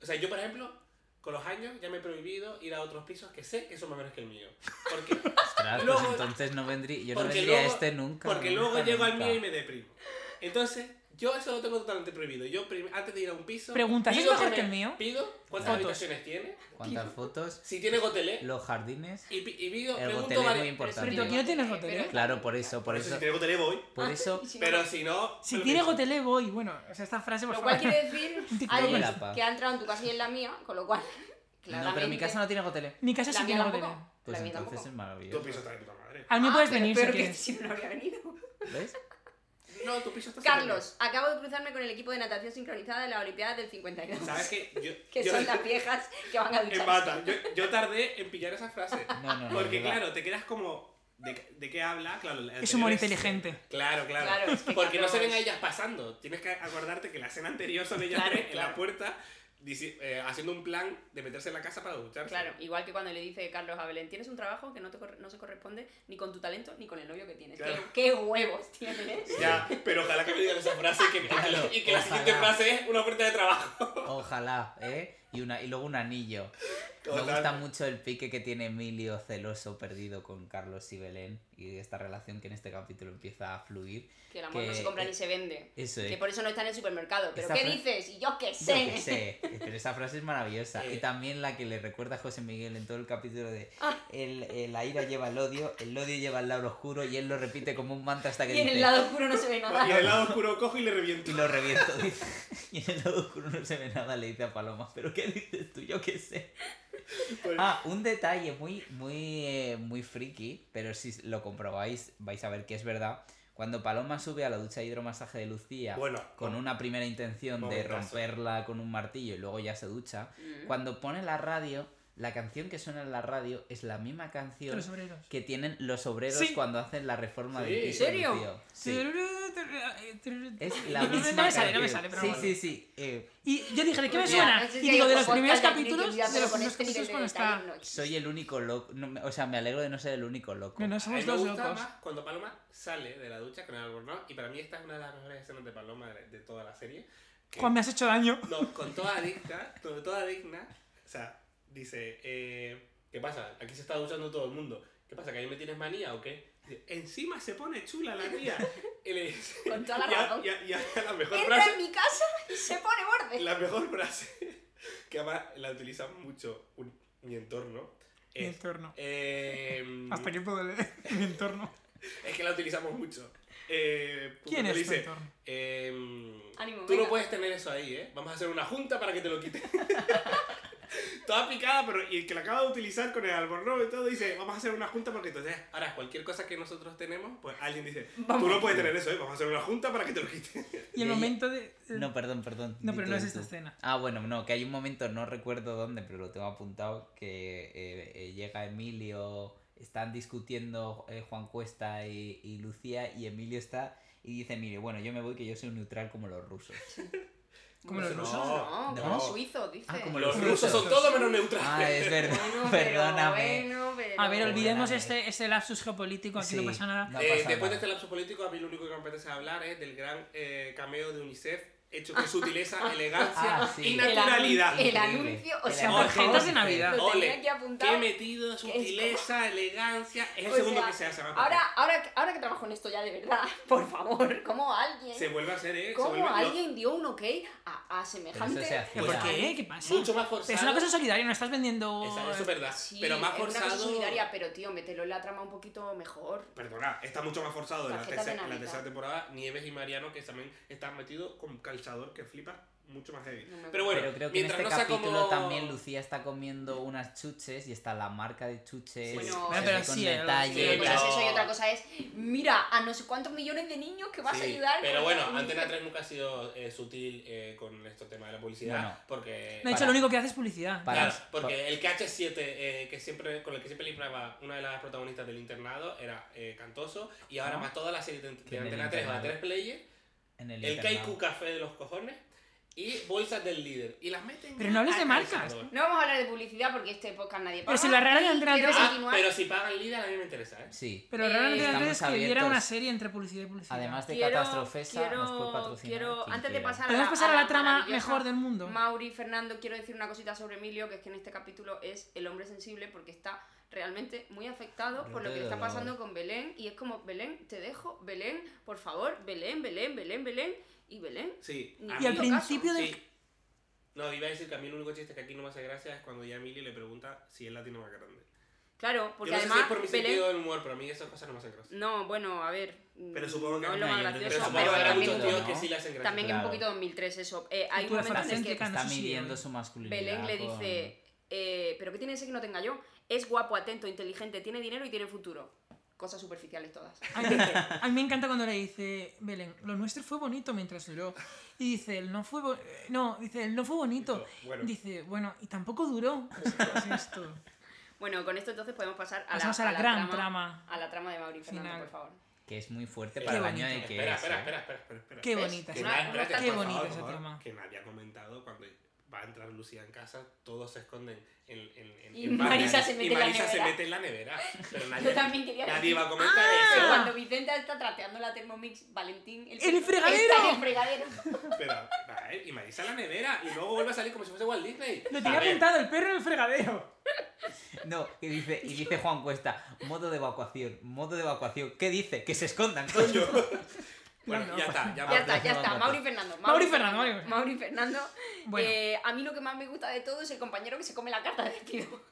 S4: o sea, yo por ejemplo, con los años ya me he prohibido ir a otros pisos que sé que son mejores que el mío. Porque,
S5: ostras, pues
S4: Luego-
S5: entonces no vendría, yo no
S4: porque
S5: vendría a
S4: luego-
S5: este nunca.
S4: porque
S5: nunca,
S4: luego llego al
S5: nunca.
S4: mío y me deprimo. Entonces, yo eso lo tengo totalmente prohibido. Yo prim- antes de ir a un piso...
S3: Preguntas, ¿es
S4: pido
S3: mejor que
S4: me-
S3: el mío?
S4: Pido cuántas
S5: Fotos.
S4: habitaciones tiene,
S5: ¿Cuántas fotos?
S4: si tiene gotelé.
S5: Los jardines.
S4: Y, pi- y pido,
S5: El
S4: pregunto
S5: gotelé es
S4: varias-
S5: muy importante.
S3: Pero tú aquí no tienes gotelé.
S5: Claro, por eso, por
S4: Por eso,
S5: eso,
S4: si tiene gotelé voy.
S5: por eso.
S1: Ah, Y si no-
S4: Pero si no.
S3: Si
S4: lo
S3: tiene
S4: mismo.
S3: gotelé, voy. Bueno, o sea, esta frase, por
S1: Lo cual
S3: favor.
S1: quiere decir,
S3: TikTok
S1: Adri,
S5: grapa.
S1: que ha entrado en tu casa y en la mía, con lo cual, claramente...
S5: No, pero mi casa no tiene hotel.
S3: Mi casa
S1: La
S3: sí
S1: mía
S3: tiene
S1: tampoco.
S3: gotelé.
S5: Pues
S1: la mía
S5: entonces es
S1: tampoco.
S5: maravilloso.
S4: Tu piso está de puta madre.
S3: Al mío
S1: Ah,
S3: puedes
S1: pero
S3: venir si
S1: peor que
S3: quieres.
S1: si no, no habría venido.
S5: ¿Ves?
S4: No, tu piso está
S1: Carlos, acabo de cruzarme con el equipo de natación sincronizada de las Olimpiadas del 52.
S4: ¿Sabes qué? Yo,
S1: Que
S4: yo,
S1: son las viejas que van a ducharse.
S4: en bata. Yo, yo tardé en pillar esa frase.
S5: No, no, no.
S4: Porque,
S5: de verdad.
S4: claro, te quedas como. ¿De, de qué habla? Claro, la
S3: Es
S4: anterior
S3: humor inteligente.
S4: Claro, claro.
S1: Claro, es que
S4: Porque no se ven
S1: Carlos-
S4: a ellas pasando. Tienes que acordarte que la escena anterior son ellas
S1: Claro,
S4: tres en
S1: claro.
S4: la puerta dici- eh, haciendo un plan de meterse en la casa para ducharse.
S1: Claro, igual que cuando le dice Carlos a Belén, tienes un trabajo que no, te corre- no se corresponde ni con tu talento ni con el novio que tienes.
S4: Claro.
S1: ¿Qué, qué huevos tienes?
S4: Ya, pero ojalá que me digan esa frase y que,
S5: Claro,
S4: y que la siguiente
S5: ojalá.
S4: frase es una oferta de trabajo.
S5: Ojalá, ¿eh? Y, una, y luego un anillo. Me
S4: Total.
S5: gusta mucho el pique que tiene Emilio celoso perdido con Carlos y Belén y esta relación que en este capítulo empieza a fluir.
S1: Que el amor no
S5: Que-
S1: se compra
S5: eh,
S1: ni se vende.
S5: Eso es.
S1: Que por eso no está en el supermercado. ¿Pero
S5: Esta
S1: qué
S5: fra-
S1: dices? Y yo qué
S5: Yo
S1: sé.
S5: qué sé, pero esa frase es maravillosa.
S4: Eh.
S5: Y también la que le recuerda a José Miguel en todo el capítulo de
S1: Ah.
S5: el, el- la ira lleva el odio, el odio lleva el lado oscuro y él lo repite como un mantra hasta que
S1: Y en el
S5: dice,
S1: lado oscuro no se ve
S4: Y
S1: nada.
S4: del lado oscuro cojo y le reviento.
S5: y lo reviento. dice. y en el lado oscuro no se ve nada, le dice a Paloma, pero ¿qué dices tú? Yo qué sé.
S4: Pues-
S5: Ah, un detalle muy, muy, eh, muy friki, pero si lo comprobáis vais a ver que es verdad. Cuando Paloma sube a la ducha de hidromasaje de Lucía
S4: Bueno,
S5: con una primera intención de
S4: Momentazo.
S5: romperla con un martillo y luego ya se ducha,
S1: Mm.
S5: cuando pone la radio, la canción que suena en la radio es la misma canción
S3: Los obreros.
S5: que tienen los obreros
S3: Sí.
S5: cuando hacen la reforma
S4: Sí.
S5: del
S4: ¿En
S5: piso. de
S1: serio?
S5: Lucía. Sí. Es la
S3: No, no, no
S5: misma
S3: me sale, no me sale,
S5: canción.
S3: pero
S5: Sí,
S3: vale.
S5: sí, sí. eh,
S3: Y yo dije, ¿de qué me
S1: Pues Mira,
S3: suena?
S1: no sé si
S3: y
S1: hay
S3: digo, de
S1: otro
S3: los primeros
S1: podcast que tiene que
S3: capítulos, de
S1: olvidarlo
S3: los
S1: con
S3: primeros
S1: este nivel
S3: capítulos
S1: de
S3: cuando
S1: detalle,
S3: está...
S1: no existe.
S5: soy el único loco. no me- o sea, me alegro de no ser el único loco.
S3: No, no,
S4: A mí
S3: somos
S4: me
S3: dos
S4: gusta
S3: locos.
S4: más cuando Paloma sale de la ducha con el albornoz y para mí esta es una de las mejores escenas de Paloma de, de toda la serie. que-
S3: Juan, me has hecho daño.
S4: no, con toda digna, con toda digna, o sea, dice, eh, ¿qué pasa? Aquí se está duchando todo el mundo. ¿Qué pasa? ¿Que ahí me tienes manía o qué? Dice, Encima se pone chula la tía. Y le dice-
S1: Con toda la
S4: y a-
S1: razón.
S4: y a- y a- la mejor
S1: Entra
S4: frase
S1: en mi casa y se pone borde.
S4: La mejor frase que además la utiliza mucho un- mi entorno
S3: Mi
S4: es.
S3: entorno.
S4: eh,
S3: Hasta que puedo leer mi entorno.
S4: es que la utilizamos mucho. Eh,
S3: ¿Quién
S4: cuando
S3: es tu
S4: dice,
S3: entorno?
S4: eh,
S1: Ánimo,
S4: Tú
S1: venga.
S4: no puedes tener eso ahí, ¿eh? Vamos a hacer una junta para que te lo quiten. Toda picada, pero y el que la acaba de utilizar con el albornoz y todo dice, vamos a hacer una junta porque entonces, ahora, cualquier cosa que nosotros tenemos, pues alguien dice, tú no puedes tener eso, ¿eh? Vamos a hacer una junta para que te lo quiten.
S3: Y el
S5: Y-
S3: momento de... eh,
S5: No, perdón, perdón.
S3: No,
S5: di
S3: pero
S5: tú,
S3: no
S5: di
S3: es esta
S5: tú.
S3: escena.
S5: Ah, bueno, no, que hay un momento, no recuerdo dónde, pero lo tengo apuntado, que eh, eh, llega Emilio, están discutiendo eh, Juan Cuesta y, y Lucía, y Emilio está y dice, mire, bueno, yo me voy que yo soy neutral como los rusos.
S3: Como los
S1: No,
S3: rusos.
S1: No,
S5: pues no.
S1: como los suizos, dice.
S5: Ah, como
S4: Los
S5: Los
S4: rusos son
S5: rusos.
S4: todo menos neutrales.
S5: Ah, es verdad,
S1: Bueno, pero,
S5: perdóname.
S1: bueno, pero-
S3: A ver, olvidemos
S5: Perdóname.
S3: este, este lapsus geopolítico, aquí
S5: Sí,
S3: no pasa nada.
S5: no
S4: Eh,
S5: pasa
S4: después de
S5: nada.
S4: este lapso político, a mí lo único que me apetece hablar es del gran eh, cameo de UNICEF, hecho con sutileza, elegancia
S5: Ah, sí.
S4: y naturalidad.
S1: El
S5: Increíble.
S1: anuncio, o
S5: El
S1: sea,
S5: anuncio
S4: por
S3: gente
S5: es
S3: de Navidad.
S1: Lo tenía
S4: Ole,
S1: aquí apuntado.
S4: qué metido, sutileza, elegancia. Es el
S1: O
S4: segundo
S1: sea,
S4: que se hace. Rafa.
S1: Ahora, ahora, que- ahora que trabajo en esto ya de verdad, por favor, ¿cómo alguien?
S4: se vuelve a hacer, ¿eh? Se
S1: ¿Cómo
S4: vuelve- lo-
S1: alguien dio un ok a, a
S5: Pero eso
S1: semejante?
S5: se
S3: ¿Pero
S5: hacía.
S3: ¿Por
S4: Fuera.
S3: qué? ¿Qué pasa?
S4: Mucho más
S3: Pero
S4: forzado.
S3: es una cosa solidaria, no estás vendiendo. eh,
S4: Esa- Eso es verdad.
S1: Sí,
S4: pero más
S1: es una cosa
S4: forzado.
S1: solidaria, pero tío, mételo en la trama un poquito mejor.
S4: Perdona, está mucho más forzado en la,
S1: Tarjeta de
S4: tercera, en la
S1: Navidad.
S4: tercera temporada. Nieves y Mariano, que también están metidos con calzador que flipa mucho más heavy.
S1: No me
S4: pero bueno,
S5: Pero creo que en
S4: mientras
S5: este
S4: no sea
S5: capítulo
S4: como...
S5: también Lucía está comiendo unas chuches y está la marca de chuches
S1: Bueno,
S5: se
S1: Bueno,
S5: ve
S3: pero
S5: con
S3: sí, eh,
S1: Sí,
S5: detalle.
S4: pero-
S1: una cosa
S5: las-
S1: es pues, eso y otra cosa es, mira, a no sé cuántos millones de niños que vas a
S4: Sí,
S1: ayudar.
S4: Pero
S1: con
S4: bueno,
S1: la-
S4: Antena 3 nunca ha sido eh, sutil eh, con este tema de la publicidad.
S5: No, no.
S4: Porque.
S3: De hecho,
S5: Para-
S3: lo único que hace es publicidad.
S5: Para-
S4: Claro,
S5: para-
S4: porque el KH7 eh, que siempre, con el que siempre libraba una de las protagonistas del internado era eh, Cantoso y ahora
S5: Ah.
S4: más toda la serie de, de
S5: ¿Quién del
S4: Antena 3 o la
S5: internado?
S4: 3 Player,
S5: en
S4: el,
S5: internado.
S4: Kaiku Café de los cojones y bolsas del líder. Y las meten.
S3: Pero no hables de
S4: al
S3: marcas.
S4: calzador.
S1: No vamos a hablar de publicidad porque este podcast nadie
S3: Pero si la rara de Antena
S1: y quiero
S3: tres-
S4: Ah,
S1: continuar.
S4: pero si pagan líder a mí me interesa, ¿eh?
S5: Sí.
S3: Pero
S1: Eh,
S3: realmente antes es
S5: Estamos
S3: que hubiera una
S5: abiertos.
S3: serie entre publicidad y publicidad.
S5: Además de ah,
S1: Quiero-
S5: Catastrofesa,
S1: quiero-
S5: nos puede patrocinar.
S1: quiero-
S5: quien
S1: antes de
S5: quiera.
S1: pasar
S3: Podemos
S1: a-
S3: pasar a
S1: a
S3: la
S1: la
S3: trama
S1: maravillosa
S3: mejor del mundo.
S1: Mauri, Fernando, quiero decir una cosita sobre Emilio, que es que en este capítulo es el hombre sensible porque está realmente muy afectado por lo
S5: Brote
S1: que
S5: de
S1: está
S5: dolor.
S1: pasando con Belén y es como, Belén, te dejo, Belén, por favor, Belén, Belén, Belén, Belén y Belén.
S4: Sí.
S1: Y
S4: a
S3: Y al
S4: mí-
S1: prin-
S3: principio del.
S4: sí. No, iba a decir que a mí el único chiste que aquí no me hace gracia es cuando ya Emily le pregunta si él la tiene más grande.
S1: Claro, porque
S4: Yo no sé si
S1: además
S4: es por mi
S1: Belén...
S4: sentido del humor, pero a mí esas cosas no me hacen gracia.
S1: No, bueno, a ver.
S4: Pero supongo que-
S1: no es lo
S5: No,
S1: más
S5: yo creo
S1: gracioso,
S5: que
S4: Pero
S5: eso
S1: pero
S4: supongo que habrá
S1: también,
S4: muchos
S5: Clabido,
S4: tíos
S5: ¿no?
S4: que sí le hacen gracia.
S1: también que
S5: Claro.
S1: un poquito 2003 eso. Eh, hay
S3: Cultura
S1: momentos en el que
S3: farmacéutica, no
S5: Está
S3: sé si
S5: midiendo
S3: bien.
S5: su masculinidad.
S1: Belén le
S5: con-
S1: dice, eh, pero ¿qué tiene ese que no tenga yo? Es guapo, atento, inteligente, tiene dinero y tiene futuro. Cosas superficiales todas.
S3: A mí, a mí me encanta cuando le dice Belén, lo nuestro fue bonito mientras duró. Y dice, él no fue, bo- eh, no, dice, él no fue bonito.
S4: Bueno.
S3: Dice, bueno, y tampoco duró. Pues, Es esto.
S1: Bueno, con esto entonces podemos pasar a la,
S3: Pasamos a la gran trama.
S1: A la trama de Mauri Fernando,
S3: Final.
S1: por favor.
S5: Que es muy fuerte
S4: Qué
S5: para el año
S3: bonito.
S5: en el que
S4: Espera,
S5: es,
S4: espera,
S5: ¿eh?
S4: espera, espera, espera, espera.
S3: Qué
S1: ¿Ves?
S3: bonita.
S4: Que
S1: Una-
S4: na-
S1: una
S4: espérate,
S1: tanta-
S3: Qué
S4: este por
S3: bonita
S4: favor,
S3: esa
S4: por favor,
S3: trama.
S4: Que me había comentado cuando va a entrar Lucía en casa, todos se esconden en, en, en-
S1: Y
S4: en
S1: Marisa
S4: baños,
S1: se mete
S4: y
S1: en la
S4: Marisa se
S1: nevera.
S4: mete en la nevera. Pero nadie,
S1: Yo también quería "Ah".
S4: nadie va a comentar
S1: Pero
S4: eso.
S1: cuando Vicenta está trateando la Thermomix, Valentín...
S3: ¡El
S1: está
S3: fregadero!
S1: en el fregadero.
S4: Pero, a ver, y Marisa en la nevera, y luego vuelve a salir como si fuese Walt Disney.
S3: Lo
S4: A
S3: tenía
S4: ver,
S3: apuntado, el perro en el fregadero.
S5: No, y dice, y dice Juan Cuesta, modo de evacuación, modo de evacuación. ¿Qué dice? Que se escondan, coño.
S4: Bueno, ya está, ya,
S1: Ya
S4: va.
S1: está, ya
S5: Vamos,
S1: está.
S5: vamos.
S1: Mauri Fernando.
S3: Mauri Fernando,
S1: Mauri Fernando.
S3: Bueno.
S1: Eh, a mí lo que más me gusta de todo es el compañero que se come la carta de despido.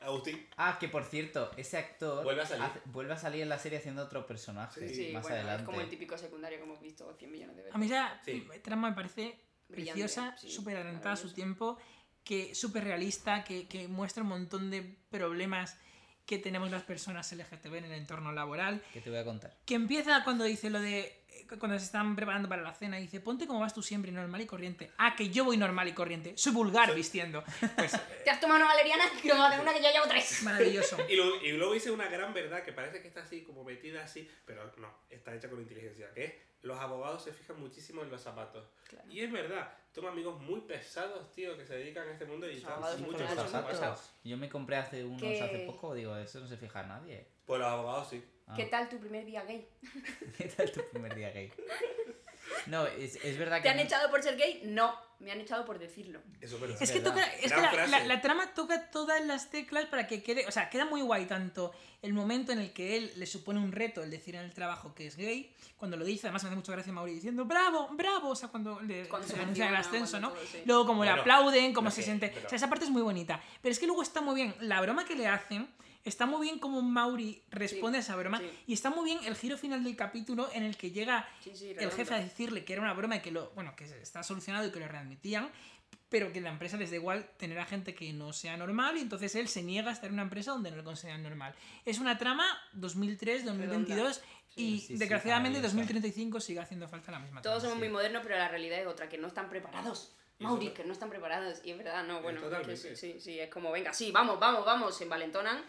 S4: Agustín,
S5: Ah, que por cierto, ese actor
S4: Vuelve a salir.
S5: hace- vuelve a salir en la serie haciendo otro personaje
S4: Sí,
S5: más
S1: bueno,
S5: adelante.
S1: es como el típico secundario que hemos visto 100 millones de veces.
S3: A mí esa
S4: Sí.
S3: trama me parece
S1: Brillante,
S3: preciosa,
S1: sí,
S3: súper adelantada a su
S1: maravillosa.
S3: tiempo, que súper realista, que, que muestra un montón de problemas que tenemos las personas LGTB en el entorno laboral.
S5: Que te voy a contar.
S3: Que empieza cuando dice lo de. Cuando se están preparando para la cena, dice: Ponte como vas tú siempre, normal y corriente. Ah, que yo voy normal y corriente. Soy vulgar vistiendo. Pues
S1: ¿Te has tomado una valeriana? No, dame una que yo llevo tres.
S3: maravilloso.
S4: y, lo- y luego dice una gran verdad que parece que está así, como metida así, pero no, está hecha con inteligencia, que es los abogados se fijan muchísimo en los zapatos.
S1: Claro.
S4: Y es verdad, tengo amigos muy pesados, tío, que se dedican a este mundo y
S1: Los
S4: están
S1: abogados
S4: mucho
S1: son
S4: más
S1: pesados.
S4: pesados.
S5: Yo me compré hace unos
S1: Que-
S5: hace poco, digo, eso no se fija nadie.
S4: Pues los abogados sí.
S5: Ah,
S1: ¿Qué tal tu primer día gay?
S5: ¿Qué tal tu primer día gay? No, es, es verdad que.
S1: ¿Te han echado por ser gay? No, me han echado por decirlo.
S4: Eso pero
S3: Es que,
S5: verdad.
S3: toca, es que
S4: Gran
S3: la,
S4: frase.
S3: la- la trama toca todas las teclas para que quede, o sea, queda muy guay tanto el momento en el que él le supone un reto el decir en el trabajo que es gay, cuando lo dice, además me hace mucha gracia Mauri diciendo ¡bravo, bravo! O sea, cuando le
S1: Cuando
S3: se
S1: se
S3: anuncia el
S1: emociona,
S3: ascenso, ¿no?
S1: cuando todo, sí.
S3: Luego como le
S4: Bueno,
S3: aplauden, cómo
S4: pero
S3: se
S4: que-
S3: siente,
S4: pero-
S3: o sea, esa parte es muy bonita, pero es que luego está muy bien, la broma que le hacen, está muy bien como Mauri responde a esa broma,
S1: sí.
S3: y está muy bien el giro final del capítulo en el que llega
S1: Sí, sí,
S3: el
S1: redondo.
S3: jefe a decirle que era una broma y que lo bueno que está solucionado y que lo readmitían pero que en la empresa les da igual tener a gente que no sea normal y entonces él se niega a estar en una empresa donde no lo consideran normal es una trama 2003 2022 y
S5: Sí, sí, sí,
S3: desgraciadamente
S5: maravillosa.
S3: 2035 sigue haciendo falta la misma
S1: Todos
S3: trama.
S1: somos muy modernos, pero la realidad es otra, que no están preparados.
S4: Ah, Eso
S1: Mauri,
S4: es- Eh,
S1: que no están preparados. Y es verdad, no, bueno, es que
S4: Totalmente.
S1: sí, sí, sí, es como, venga, sí, vamos, vamos, vamos, se envalentonan.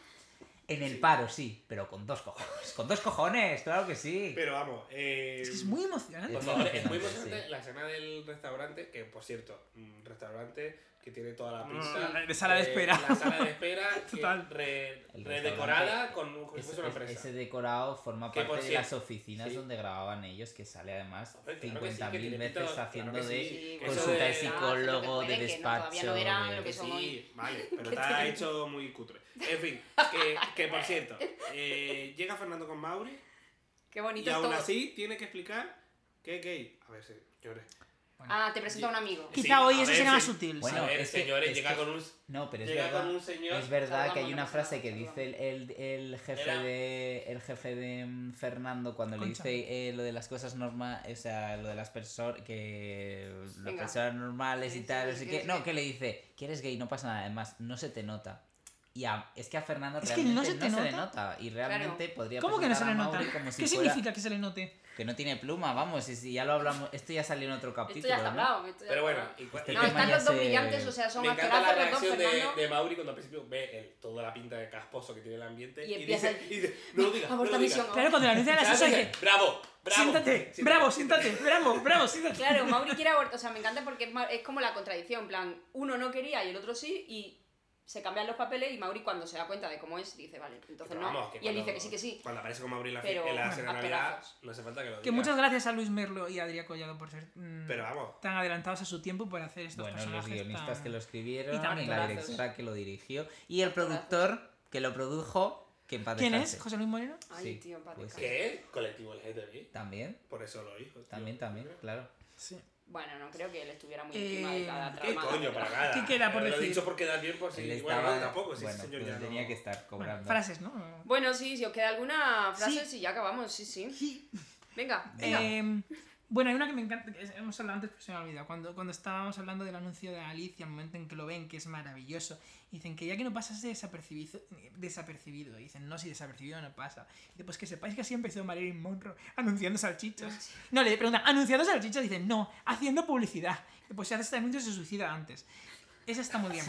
S5: En el paro, sí, pero con dos cojones. Con dos cojones, claro que sí.
S4: Pero vamos, eh,
S3: Es que es muy emocionante.
S5: Por
S4: por
S5: favor,
S4: favor, es muy
S5: sí.
S4: emocionante la escena del restaurante, que por cierto, un restaurante que tiene toda la
S3: Mm,
S4: pizza. eh,
S3: la- la sala de espera.
S4: La sala de espera que
S3: Total.
S4: re-
S5: El
S4: redecorada con como si
S5: Es-
S4: fuese pues, una
S5: es-
S4: empresa.
S5: ese decorado forma
S4: Que, por
S5: parte de
S4: cierto,
S5: las oficinas
S4: sí.
S5: donde grababan ellos, que sale además
S4: Hombre, claro que sí, que
S5: 50.000
S4: tiene pinta-
S5: veces
S4: claro
S5: haciendo
S4: que
S5: de
S4: sí,
S1: pues
S4: que eso
S5: consulta de
S4: de-
S5: psicólogo,
S1: Ah,
S5: de
S1: pero que puede que no,
S5: despacho.
S1: todavía no eran
S5: de-
S1: lo que
S4: Que
S1: son
S4: sí,
S1: hoy.
S4: vale, pero está hecho muy cutre. En fin, que, que por cierto, eh, llega Fernando con Mauri
S1: Qué
S4: y
S1: bonito es
S4: aún
S1: todo.
S4: así tiene que explicar que es gay. A ver, señores.
S1: Ah, te presento a un amigo.
S4: Sí,
S3: Quizá hoy
S4: a
S3: eso
S4: ver,
S3: será más
S4: sí.
S3: sutil.
S5: Bueno,
S4: a ver,
S5: es que-
S4: señores,
S5: es
S4: llega
S5: que-
S4: con un,
S5: No, pero es
S4: llega
S5: verdad.
S4: con un señor.
S5: Es verdad que
S1: Saludamos,
S5: hay una
S1: no pasa
S5: frase
S1: nada,
S5: que
S1: saludamos.
S5: dice el, el, el jefe
S4: Era-
S5: de el jefe de mm, Fernando cuando
S3: Concha.
S5: le dice eh, lo de las cosas normales, o sea, lo de las personas que las
S1: Venga.
S5: personas normales y
S1: Sí,
S5: tal,
S1: sí,
S5: así
S1: que
S5: que
S1: eres
S5: no,
S1: gay.
S5: que le dice, que eres gay, no pasa nada, además no se te nota. Y a- es que a Fernando
S3: Es que
S5: realmente
S3: no se te
S5: le
S3: nota.
S5: nota y realmente podría
S3: ¿Cómo que no se
S5: presentar
S3: le
S5: a
S3: nota?
S5: Mauri como si
S3: ¿Qué
S5: fuera-
S3: significa que se le note?
S5: que no tiene pluma, vamos, y si ya lo hablamos, esto ya salió en otro
S1: Esto
S5: capítulo,
S1: ya está
S5: ¿no?
S1: hablado. esto ya
S4: Pero
S1: pues, está
S4: bueno,
S1: hablado.
S4: y cua-
S5: Este
S4: y
S1: No,
S5: tema
S1: están
S5: ya
S1: los dos
S5: se-
S1: brillantes, o sea, son
S4: Me encanta la
S1: actorazos los dos,
S4: reacción
S1: Fernando.
S4: de, de Mauri cuando al principio ve el- toda la pinta de casposo que tiene el ambiente
S1: Y
S4: y,
S1: empieza
S4: dice, y dice, no lo digas, no
S1: Aborta
S4: lo digas.
S1: misión.
S3: Claro, cuando le anuncian las eso
S4: Siéntate,
S3: dice,
S4: Bravo, bravo.
S3: siéntate, bravo, siéntate, bravo, bravo, siéntate.
S1: Claro, Mauri quiere abortar, o sea, me encanta porque es, ma- es como la contradicción, en plan, uno no quería y el otro sí, y se cambian los papeles y Mauri cuando se da cuenta de cómo es, dice, vale, entonces
S4: Pero
S1: no.
S4: vamos, que
S1: y él
S4: cuando-
S1: dice que sí, que sí.
S4: Cuando aparece con Mauri en la, fie-
S1: Pero,
S4: en la
S1: bueno,
S4: cena de
S1: a
S4: Navidad,
S1: pedazos.
S4: no hace falta que lo diga.
S3: Que muchas gracias a Luis Merlo y a Adrià Collado por ser mm,
S4: Pero vamos,
S3: tan adelantados a su tiempo por hacer estos
S5: Bueno, los
S3: personajes.
S5: guionistas
S3: tan-
S5: que lo escribieron,
S3: y tan
S5: y la
S3: actorazos.
S5: directora que lo dirigió, y el
S1: Actorazos.
S5: productor que lo produjo, que en paz
S3: ¿Quién
S5: descanse.
S3: es? ¿José Luis Moreno?
S1: Ay,
S5: Sí,
S1: tío, empate.
S5: pues
S1: cara.
S4: que es colectivo LGTBI.
S5: También,
S4: Por eso lo dijo. tío.
S5: también, también, claro.
S3: Sí.
S1: Bueno, no creo que él estuviera muy
S3: Eh,
S1: encima de cada
S4: ¿Qué
S1: trama.
S4: coño? Para nada.
S3: ¿Qué queda por
S4: Lo he
S3: decir?
S4: dicho porque da tiempo, sí.
S5: Él
S4: Bueno,
S5: estaba-
S4: no, tampoco, sí,
S5: bueno,
S4: ese señor
S5: pues
S4: ya no-
S5: tenía que estar
S3: Bueno,
S5: cobrando.
S3: frases, ¿no?
S1: Bueno, sí, si os queda alguna frase,
S3: Sí.
S1: sí, ya acabamos, sí, sí.
S3: Sí.
S1: Venga, venga.
S3: Eh, bueno, hay una que me encanta, que es- hemos hablado antes, pero se me ha olvidado. Cuando, cuando estábamos hablando del anuncio de Alicia, el momento en que lo ven, que es maravilloso, dicen que ya que no pasase desapercibido, desapercibido. Y dicen, no, si desapercibido no pasa. Y dice, pues que sepáis que así empezó Marilyn Monroe, anunciando salchichas. No, le preguntan, ¿anunciando salchichas? Dicen, no, haciendo publicidad. Y pues si hace este anuncio se suicida antes. Esa está muy bien.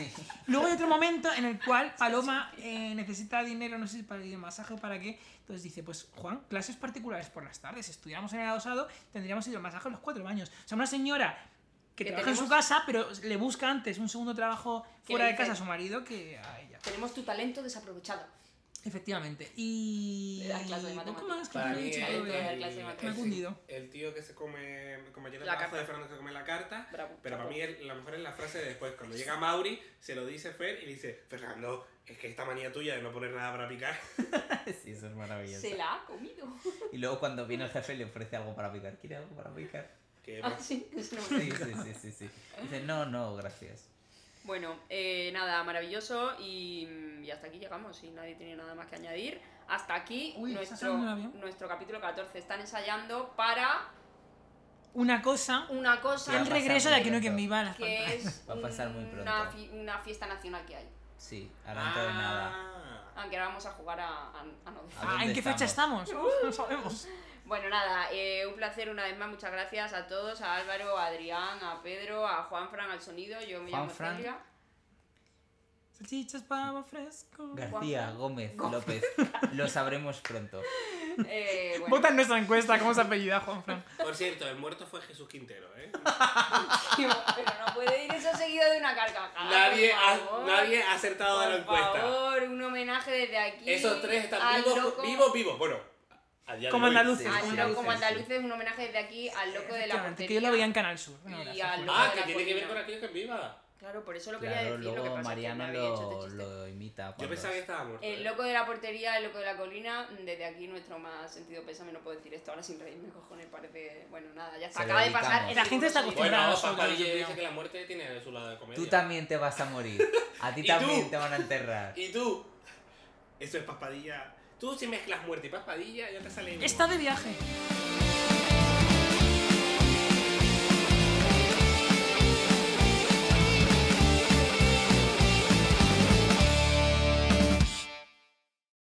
S3: Luego hay otro momento en el cual Paloma eh, necesita dinero, no sé si para ir de masaje o para qué. Entonces dice, pues Juan, clases particulares por las tardes. Si estuviéramos en el adosado, tendríamos ido al masaje a los cuatro baños. O sea, una señora que
S1: Que
S3: trabaja en su
S1: tenemos-
S3: casa, pero le busca antes un segundo trabajo
S1: Que
S3: fuera
S1: le
S3: de casa a
S1: dice-
S3: su marido que a ella.
S1: Tenemos tu talento desaprovechado.
S3: Efectivamente. Y...
S1: Le das clase de
S3: ¿Cómo
S1: matemáticas.
S3: más?
S4: Para
S3: ¿Qué
S4: mí,
S3: dicho?
S1: eh,
S3: Lo veo.
S1: eh, clase de matemáticas.
S3: Me he cundido.
S4: el tío que se come, como ayer el
S1: La
S4: trabajo
S1: carta.
S4: de Fernando que se come la carta,
S1: Bravo,
S4: pero
S1: bravo.
S4: para mí el- la mejor es la frase de después, cuando llega Mauri, se lo dice Fer y le dice, Fernando, es que esta manía tuya de no poner nada para picar,
S5: sí, eso es maravilloso.
S1: Se la ha comido.
S5: Y luego cuando viene el jefe le ofrece algo para picar. ¿Quiere algo para picar?
S4: que
S1: Ah, sí, eso no me
S5: Sí, sí, sí, sí. sí. Dice, no, no, gracias.
S1: Bueno, eh, nada, maravilloso y, mm, y hasta aquí llegamos, si nadie tiene nada más que añadir. Hasta aquí
S3: Uy, ¿está
S1: nuestro,
S3: sonando el avión?
S1: nuestro capítulo 14. Están ensayando para
S3: Una cosa,
S1: una
S5: Ya
S1: cosa
S3: el
S5: pasar
S3: regreso de
S5: muy
S3: aquí no hay quien
S5: pronto.
S3: viva. las
S1: que
S3: pantallas.
S1: es
S5: Va a pasar muy pronto.
S1: una, fi- una fiesta nacional que hay.
S5: Sí, ahora dentro
S4: Ah.
S5: de nada.
S1: Aunque ahora vamos a jugar a, a- a no decir.
S5: ¿A
S3: Ah,
S5: dónde
S3: ¿en qué fecha estamos? No sabemos.
S1: Bueno, nada, eh, un placer una vez más. Muchas gracias a todos, a Álvaro, a Adrián, a Pedro, a Juanfran, al sonido. Yo me llamo
S5: Juanfran.
S1: Celia.
S3: Salchichas, pavo fresco.
S5: García Gómez
S1: Gómez.
S5: López. Lo sabremos pronto.
S1: Eh, bueno.
S3: Vota en nuestra encuesta, ¿cómo se apellida Juan Fran?
S4: Por cierto, el muerto fue Jesús Quintero, ¿eh?
S1: Pero no puede ir eso seguido de una carcajada.
S4: nadie,
S1: por
S4: ha,
S1: favor.
S4: nadie ha acertado a la
S1: Por
S4: encuesta.
S1: favor, un homenaje desde aquí.
S4: Esos tres
S1: al
S4: están vivos,
S1: loco-
S4: vivos, vivos. Bueno, a día de
S3: Como
S4: hoy.
S3: andaluces.
S1: al
S5: Sí,
S1: loco
S5: sí,
S1: como
S5: sí.
S1: andaluces, un homenaje desde aquí al loco de la
S3: Efectivamente,
S1: portería.
S3: que yo lo veía en Canal Sur. Un
S1: Y
S3: abrazo,
S1: al
S3: Juan.
S1: loco
S4: Ah,
S1: de
S4: que
S1: la
S4: tiene que ver
S1: colina.
S4: con aquello que viva.
S1: Claro, por eso lo quería
S5: Claro,
S1: decir. lo que
S5: luego
S1: pasa es que
S5: Mariano
S1: me había hecho este
S5: lo,
S1: chiste.
S5: lo imita.
S4: Yo
S5: cuando-
S4: pensaba que estaba muerto.
S1: El
S4: ¿eh?
S1: loco de la portería, el loco de la colina, desde aquí nuestro más sentido pésame, no puedo decir esto ahora sin reírme, cojones, parece... Bueno, nada, ya está,
S5: Se lo
S1: acaba de
S5: dedicamos.
S1: pasar. el
S3: La gente está
S1: artículo
S4: Bueno,
S3: acostumbrada.
S4: Papá
S3: Yo
S4: Guille
S3: creo.
S4: dice que la muerte tiene su lado de comedia.
S5: Tú también te vas a morir. A ti
S4: ¿Y
S5: también
S4: tú?
S5: te van a enterrar.
S4: ¿Y tú? Eso es paspadilla. Tú si mezclas muerte y paspadilla, ya te sale. igual.
S3: Está de viaje.